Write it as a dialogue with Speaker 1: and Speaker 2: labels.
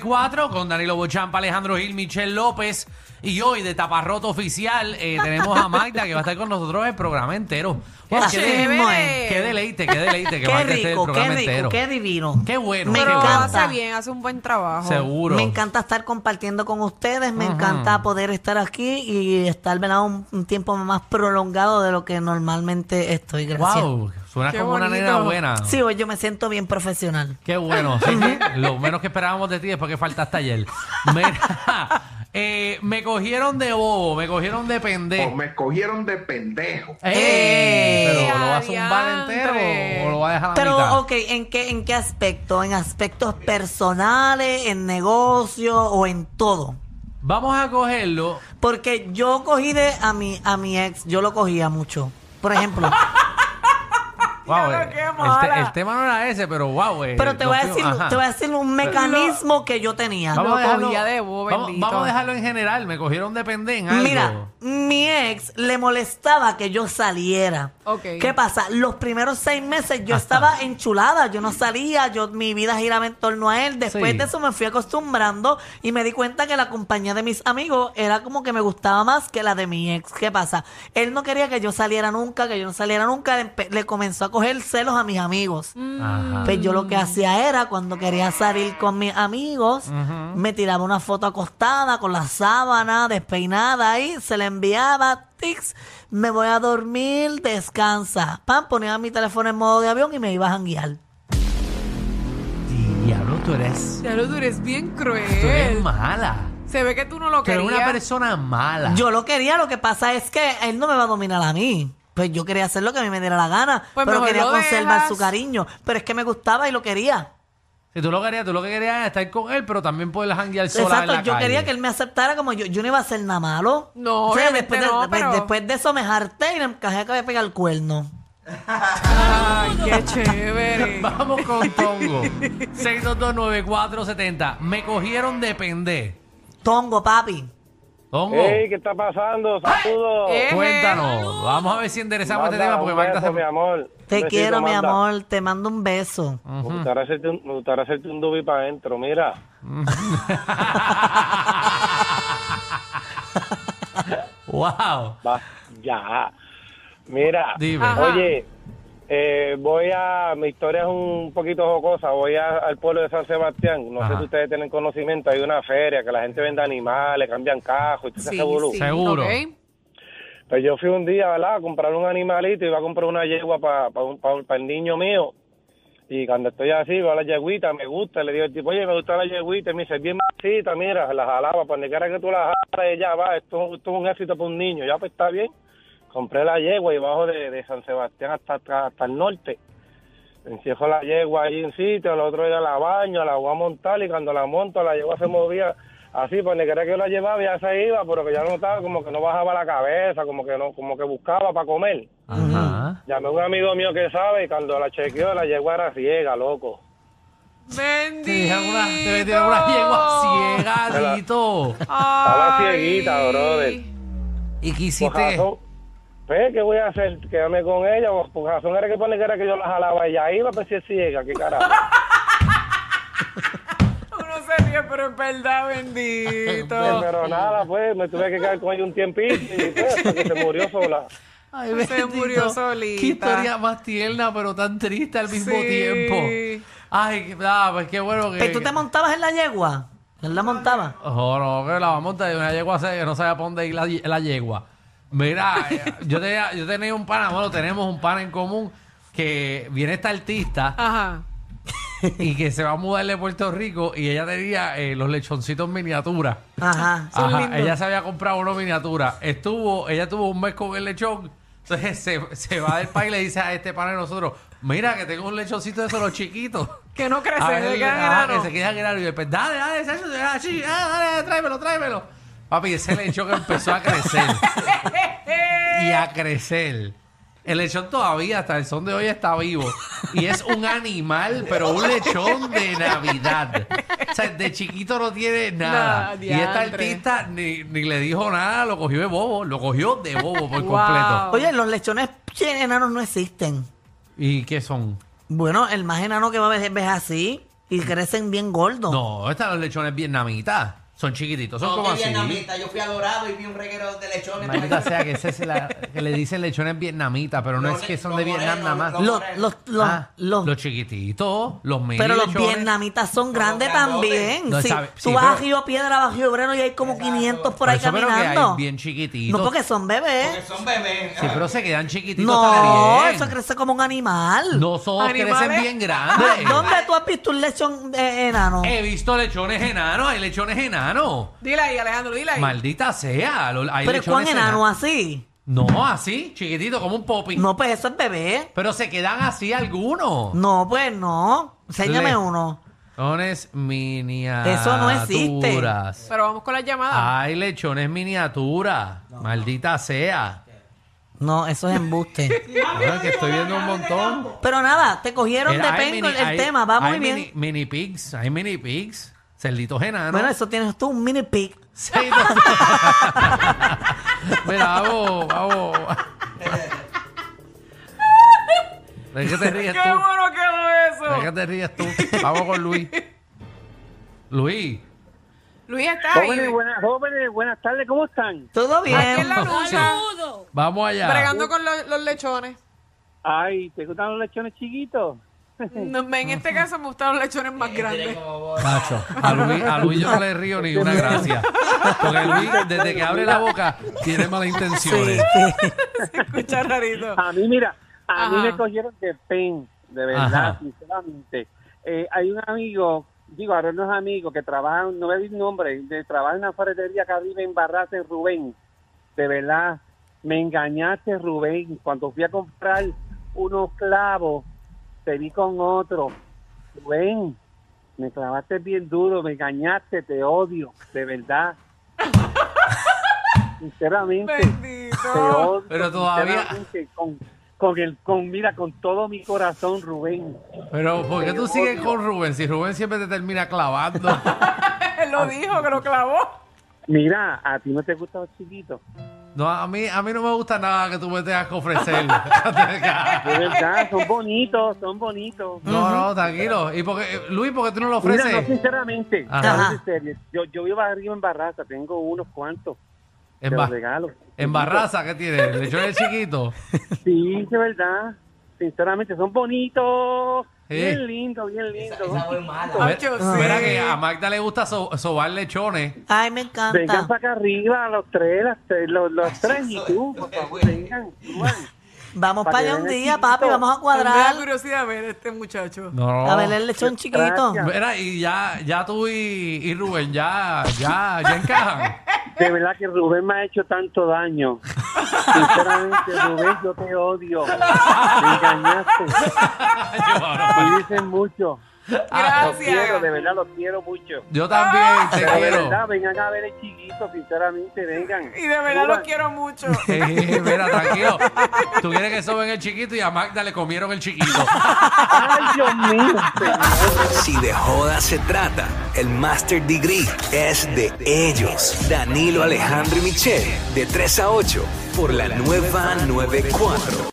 Speaker 1: 4 con Danilo Bochampa, Alejandro Gil, Michelle López y hoy de Taparroto Oficial eh, tenemos a Magda que va a estar con nosotros el programa entero. Wow,
Speaker 2: Así
Speaker 1: qué, de-
Speaker 2: mismo
Speaker 3: es.
Speaker 1: qué deleite, qué deleite que
Speaker 3: Qué
Speaker 1: Magda esté el
Speaker 3: rico, qué
Speaker 1: programa
Speaker 3: rico,
Speaker 1: entero.
Speaker 3: qué divino.
Speaker 1: Qué bueno,
Speaker 3: Me
Speaker 1: qué
Speaker 2: Pero
Speaker 1: bueno.
Speaker 3: encanta.
Speaker 2: hace bien, hace un buen trabajo.
Speaker 1: Seguro.
Speaker 3: Me encanta estar compartiendo con ustedes, me encanta poder estar aquí y estar velado un, un tiempo más prolongado de lo que normalmente estoy. Gracias.
Speaker 1: Wow, suena
Speaker 2: Qué
Speaker 1: como una
Speaker 2: bonito.
Speaker 1: nena buena.
Speaker 3: Sí, hoy yo me siento bien profesional.
Speaker 1: Qué bueno, sí, sí. lo menos que esperábamos de ti después que faltaste ayer. Mira, eh, me cogieron de bobo, me cogieron de
Speaker 4: o
Speaker 3: Pues
Speaker 1: pendejo.
Speaker 4: me cogieron de pendejo.
Speaker 1: ¡Ey! Pero lo va a zumbar
Speaker 2: Adiantre.
Speaker 1: entero o lo va a dejar a
Speaker 3: Eh, Pero,
Speaker 1: mitad.
Speaker 3: ok, ¿en qué, ¿en qué aspecto? ¿En aspectos personales, en negocio o en todo?
Speaker 1: Vamos a cogerlo.
Speaker 3: Porque yo cogí de a mi, a mi ex, yo lo cogía mucho. Por ejemplo.
Speaker 1: Wow,
Speaker 2: Diablo,
Speaker 1: eh,
Speaker 2: qué
Speaker 1: el, te-
Speaker 2: mala.
Speaker 1: el tema no era ese, pero wow. eh,
Speaker 3: Pero te
Speaker 1: lo
Speaker 3: voy, a
Speaker 1: fui-
Speaker 3: decir,
Speaker 1: ajá.
Speaker 3: te voy a decir un mecanismo que yo tenía.
Speaker 2: Lo cogía de bobo,
Speaker 1: vamos,
Speaker 2: bendito.
Speaker 1: vamos a dejarlo en general. Me cogieron de pende en algo.
Speaker 3: Mira, mi ex le molestaba que yo saliera.
Speaker 2: Ok.
Speaker 3: ¿Qué pasa? Los primeros seis meses
Speaker 1: Ah,
Speaker 3: yo estaba enchulada, yo no salía, yo mi vida giraba en torno a él. Después
Speaker 1: Sí.
Speaker 3: de eso me fui acostumbrando y me di cuenta que la compañía de mis amigos era como que me gustaba más que la de mi ex. ¿Qué pasa? Él no quería que yo saliera nunca, que yo no saliera nunca, le, empe- le comenzó a coger celos a mis amigos.
Speaker 1: Ajá.
Speaker 3: Pues yo lo que hacía era, cuando quería salir con mis amigos, me tiraba una foto acostada con la sábana despeinada ahí, se la enviaba, tics, me voy a dormir, descansa. Pam, ponía mi teléfono en modo de avión y me iba a janguear.
Speaker 1: Diablo, tú eres,
Speaker 2: Ya lo tú eres bien
Speaker 1: tú eres
Speaker 2: cruel.
Speaker 1: mala.
Speaker 2: Se ve que tú no lo
Speaker 1: Tú eres
Speaker 2: querías.
Speaker 1: una persona mala.
Speaker 3: Yo lo quería, lo que pasa es que él no me va a dominar a mí. Pues yo quería hacer lo que a mí me diera la gana,
Speaker 2: Pues
Speaker 3: pero
Speaker 2: mejor
Speaker 3: quería
Speaker 2: lo
Speaker 3: conservar
Speaker 2: dejas.
Speaker 3: su cariño. Pero es que me gustaba y lo quería.
Speaker 1: Si tú lo querías, tú lo que querías era estar con él, pero también poder janguear sola en la
Speaker 3: Exacto, yo
Speaker 1: calle.
Speaker 3: quería que él me aceptara como yo. Yo no iba a hacer nada malo.
Speaker 2: No,
Speaker 3: O sea,
Speaker 2: obviamente
Speaker 3: después, de,
Speaker 2: no,
Speaker 3: después-
Speaker 2: pero-
Speaker 3: después de eso me harté y le encajé que voy a pegar el cuerno.
Speaker 2: Ay, qué chévere.
Speaker 1: Vamos con Tongo. 6229470. Me cogieron de pende.
Speaker 3: Tongo, papi.
Speaker 1: Tongo,
Speaker 5: Ey, ¿qué está pasando? Saludos.
Speaker 2: Eh,
Speaker 1: cuéntanos. Vamos a ver si enderezamos
Speaker 5: Magda,
Speaker 1: este tema porque
Speaker 5: un
Speaker 1: Magda
Speaker 5: beso,
Speaker 1: se-
Speaker 5: mi amor.
Speaker 3: Te
Speaker 5: Un besito,
Speaker 3: quiero, mi
Speaker 5: Magda.
Speaker 3: amor. Te mando un beso.
Speaker 5: Me gustaría hacerte un, me gustaría hacerte un dubi para adentro, mira.
Speaker 1: wow.
Speaker 5: Va, ya. Mira.
Speaker 1: Dime.
Speaker 2: Ajá.
Speaker 5: Oye, eh, voy a... Mi historia es un poquito jocosa. Voy a- al pueblo de San Sebastián. No
Speaker 1: Ajá.
Speaker 5: sé si ustedes tienen conocimiento. Hay una feria que la gente vende animales, cambian cajos y todo ese
Speaker 2: Sí,
Speaker 5: revolú.
Speaker 2: sí,
Speaker 1: Seguro.
Speaker 2: ok.
Speaker 5: Pues yo fui un día, ¿verdad?, a comprar un animalito, iba a comprar una yegua para el niño mío. Y cuando estoy así, veo la yeguita, me gusta, le digo al tipo, oye, me gusta la yeguita, y me dice, bien macita, mira, la jalaba, para donde quiera que tú la jalas, ella va, esto, esto es un éxito para un niño, ya pues está bien. Compré la yegua y bajo de, de San Sebastián hasta, hasta, hasta el norte. Encierro la yegua ahí en sitio, el otro día la baño, la voy a montar y cuando la monto la yegua se movía así, pues donde quiera que yo la llevaba ya se iba, pero que ya notaba como que no bajaba la cabeza, como que no, como que buscaba para comer.
Speaker 1: Ajá.
Speaker 5: Llamé a un amigo mío que sabe y cuando la chequeó la yegua era ciega, loco.
Speaker 1: Te
Speaker 2: Bendito.
Speaker 1: dejaron una, te metieron una yegua ciegadito.
Speaker 2: Estaba
Speaker 5: cieguita, brother.
Speaker 1: ¿Y qué
Speaker 5: Por
Speaker 1: hiciste?
Speaker 5: razón, pues, ¿qué voy a hacer? Quedarme con ella, pues, por razón era que pone que era que yo la jalaba y ya iba, pues si es ciega, qué carajo.
Speaker 2: Uno se ríe, pero es verdad,
Speaker 5: Pues,
Speaker 2: bendito.
Speaker 5: Pero nada, pues, me tuve que quedar con ella un tiempito y pues, hasta que se murió sola.
Speaker 1: Ay,
Speaker 2: Se
Speaker 1: bendito.
Speaker 2: murió solita.
Speaker 1: Qué historia más tierna, pero tan triste al mismo
Speaker 2: Sí.
Speaker 1: tiempo. Ay, qué- ah, pues qué bueno que.
Speaker 3: Pero tú te montabas en la yegua. Él la montaba.
Speaker 1: Oh, no, que la vamos a montar. Una yegua se- que no sabía para dónde ir la, la yegua. Mira, eh, yo tenía, yo tenía un pana, bueno, tenemos un pana en común que viene esta artista
Speaker 2: Ajá.
Speaker 1: y que se va a mudar de Puerto Rico y ella tenía eh, los lechoncitos miniatura.
Speaker 3: Ajá.
Speaker 2: Son
Speaker 1: Ajá,
Speaker 2: lindos.
Speaker 1: ella se había comprado una miniatura. Estuvo, ella tuvo un mes con el lechón. Entonces se, se va del país y le dice a este pana de nosotros, mira que tengo un lechoncito de esos los chiquitos.
Speaker 2: Que no crece,
Speaker 1: A
Speaker 2: se
Speaker 1: ver,
Speaker 2: queda
Speaker 1: ajá,
Speaker 2: enano.
Speaker 1: pues, que se queda grano. Y después, dale, dale, Sacho, dale, así, ah, dale, ah, tráemelo, tráemelo. Papi, ese lechón empezó a crecer. y a crecer. El lechón todavía, hasta el son de hoy, está vivo. Y es un animal, pero un lechón de Navidad. O sea, de chiquito no tiene nada.
Speaker 2: Nada,
Speaker 1: y esta
Speaker 2: diantre.
Speaker 1: artista ni, ni le dijo nada, lo cogió de bobo. Lo cogió de bobo por
Speaker 2: Wow.
Speaker 1: completo.
Speaker 3: Oye, los lechones bien enanos no existen.
Speaker 1: ¿Y qué son?
Speaker 3: Bueno, el más enano que va a ver es así y crecen bien gordos.
Speaker 1: No, están los lechones vietnamitas. Son chiquititos, son
Speaker 6: No,
Speaker 1: como
Speaker 6: que
Speaker 1: así.
Speaker 6: vietnamita. Yo fui a Dorado y vi un reguero de lechones.
Speaker 1: Maldita sea que, ese es la- que le dicen lechones vietnamitas, pero no,
Speaker 6: Los
Speaker 1: es
Speaker 6: le-
Speaker 1: que son
Speaker 6: los
Speaker 1: de Vietnam nada
Speaker 6: morenos,
Speaker 1: más.
Speaker 6: los-
Speaker 3: Los, los, los,
Speaker 1: Ah,
Speaker 3: los-
Speaker 1: los chiquititos, los mini
Speaker 3: pero los
Speaker 1: lechones.
Speaker 3: vietnamitas son grandes
Speaker 6: grandotes.
Speaker 3: también.
Speaker 1: No,
Speaker 3: Sí,
Speaker 1: sabe- sí,
Speaker 3: tú vas a
Speaker 1: pero-
Speaker 3: Río Piedra, bajo Río Obrero y hay como 500 por
Speaker 1: Por
Speaker 3: ahí
Speaker 1: eso, pero que hay
Speaker 3: caminando.
Speaker 1: bien chiquititos.
Speaker 3: No, porque son
Speaker 6: Porque
Speaker 3: bebés.
Speaker 6: son bebés.
Speaker 1: Sí, pero se quedan chiquititos
Speaker 3: No,
Speaker 1: también.
Speaker 3: eso crece como un animal.
Speaker 1: No, son-
Speaker 2: Animales.
Speaker 1: crecen bien
Speaker 3: ¿Dó-
Speaker 1: grandes.
Speaker 3: ¿Dónde tú has visto un lechón eh, enano?
Speaker 1: He visto lechones enanos, hay lechones enanos.
Speaker 2: Dile ahí, Alejandro, dile ahí.
Speaker 1: Maldita sea, lo- hay
Speaker 3: Pero ¿cuán
Speaker 1: lechones
Speaker 3: enano
Speaker 1: enanos.
Speaker 3: así?
Speaker 1: No, así, chiquitito, como un popi.
Speaker 3: No, pues eso es bebé.
Speaker 1: Pero se quedan así algunos.
Speaker 3: No, pues no. Enséñame
Speaker 1: Le-
Speaker 3: uno.
Speaker 1: Lechones miniaturas.
Speaker 3: Eso no existe.
Speaker 2: Pero vamos con las llamadas.
Speaker 1: Hay lechones miniatura. Maldita sea.
Speaker 3: No, eso es embuste.
Speaker 1: Ah, que estoy viendo un montón.
Speaker 3: Pero nada, te cogieron de
Speaker 1: Era- hay
Speaker 3: penco el,
Speaker 1: mini-
Speaker 3: el
Speaker 1: hay-
Speaker 3: tema. Va
Speaker 1: hay
Speaker 3: muy bien.
Speaker 1: Mini, mini pigs, hay mini pigs. Cerditos enanos.
Speaker 3: Bueno, eso tienes tú, un mini pig.
Speaker 1: Cerditos- Mira, vamos, vamos. ¿De qué te ríes
Speaker 2: Qué
Speaker 1: tú?
Speaker 2: bueno quedó
Speaker 1: ¿De qué
Speaker 2: eso.
Speaker 1: te ríes tú? Vamos con Luis. Luis.
Speaker 2: Luis está ahí.
Speaker 5: Jóvenes, buenas, jóvenes, buenas tardes, ¿cómo están?
Speaker 3: Todo
Speaker 2: Aquí
Speaker 3: bien.
Speaker 2: en la lucha,
Speaker 1: Vamos allá.
Speaker 2: bregando con los, los lechones.
Speaker 5: Ay, ¿te gustan los lechones chiquitos?
Speaker 2: No, me- en este caso me gustan los lechones más
Speaker 6: Este
Speaker 2: grandes.
Speaker 1: Macho, a Luis, a Luis yo no le río ni una gracia. Porque Luis, desde que abre la boca, tiene malas intenciones.
Speaker 2: Se escucha rarito.
Speaker 5: A mí, mira, a mí
Speaker 2: Ajá.
Speaker 5: me cogieron de pen, de verdad,
Speaker 1: Ajá.
Speaker 5: sinceramente. Eh, hay un amigo, digo, ahora unos amigos que trabajan, no voy a decir nombre, de, trabajan en una ferretería acá arriba en Barras, en Rubén. De verdad, me engañaste, Rubén. Cuando fui a comprar unos clavos, te vi con otro. Rubén, me clavaste bien duro, me engañaste, te odio, de verdad. Sinceramente. Te
Speaker 2: Bendito.
Speaker 5: odio,
Speaker 1: Pero todavía-
Speaker 5: sinceramente, Con, con el, con, mira, con todo mi corazón, Rubén.
Speaker 1: Pero, ¿por qué tú sigues con Rubén? Si Rubén siempre te termina clavando.
Speaker 2: Él lo dijo, que lo clavó.
Speaker 5: Mira, a ti no te gustan los chiquitos.
Speaker 1: No, a mí, a mí no me gusta nada que tú me tengas que ofrecer.
Speaker 5: De verdad, son bonitos, son bonitos.
Speaker 1: no, no, tranquilo. ¿Y por qué- Luis, ¿por qué tú no lo
Speaker 5: Mira, no,
Speaker 1: ofreces?
Speaker 5: sinceramente,
Speaker 1: Ajá.
Speaker 5: hablando en serio, yo, yo vivo arriba en Barraza, tengo unos cuantos,
Speaker 1: En,
Speaker 5: te
Speaker 1: Ba-
Speaker 5: los regalo.
Speaker 1: en Barraza, ¿qué tienes? ¿Lechones chiquitos?
Speaker 5: Sí, de verdad, sinceramente, son bonitos,
Speaker 1: Sí.
Speaker 5: bien lindos, bien lindos.
Speaker 6: Esa fue mala.
Speaker 1: Ver-
Speaker 2: Macho,
Speaker 1: Verá
Speaker 2: sí.
Speaker 1: que a Magda le gusta so- sobar lechones.
Speaker 3: Ay, me
Speaker 5: Vengan
Speaker 3: encanta.
Speaker 5: para acá arriba, los tres, las tres, los, los tres y tú, por favor, vengan. Juan.
Speaker 3: Vamos
Speaker 5: para
Speaker 3: para
Speaker 5: que
Speaker 3: allá un
Speaker 5: vean el
Speaker 3: día,
Speaker 5: chiquito.
Speaker 3: papi. Vamos a
Speaker 2: Me da
Speaker 3: cuadrar.
Speaker 2: curiosidad ver a este muchacho.
Speaker 1: No.
Speaker 3: A ver el lechón chiquito.
Speaker 5: Gracias.
Speaker 1: Verá, y ya, ya tú y, y Rubén ya, ya, ya encajan.
Speaker 5: De verdad que Rubén me ha hecho tanto daño. Sinceramente, Rubén, yo te odio. Me engañaste. Me dicen mucho. Los quiero,
Speaker 2: Gracias.
Speaker 5: de verdad, los quiero mucho.
Speaker 1: Yo también te
Speaker 5: Pero de
Speaker 1: quiero.
Speaker 5: verdad, vengan a ver el chiquito, sinceramente, vengan.
Speaker 2: Y de verdad los quiero mucho.
Speaker 1: Eh, Mira, tranquilo. Tú quieres que soben el chiquito y a Magda le comieron el chiquito.
Speaker 5: Ay, Dios mío, señor.
Speaker 7: Si de joda se trata, el Master Degree es de ellos. Danilo Alejandro y Michelle, de 3 a 8, por la nueva 94.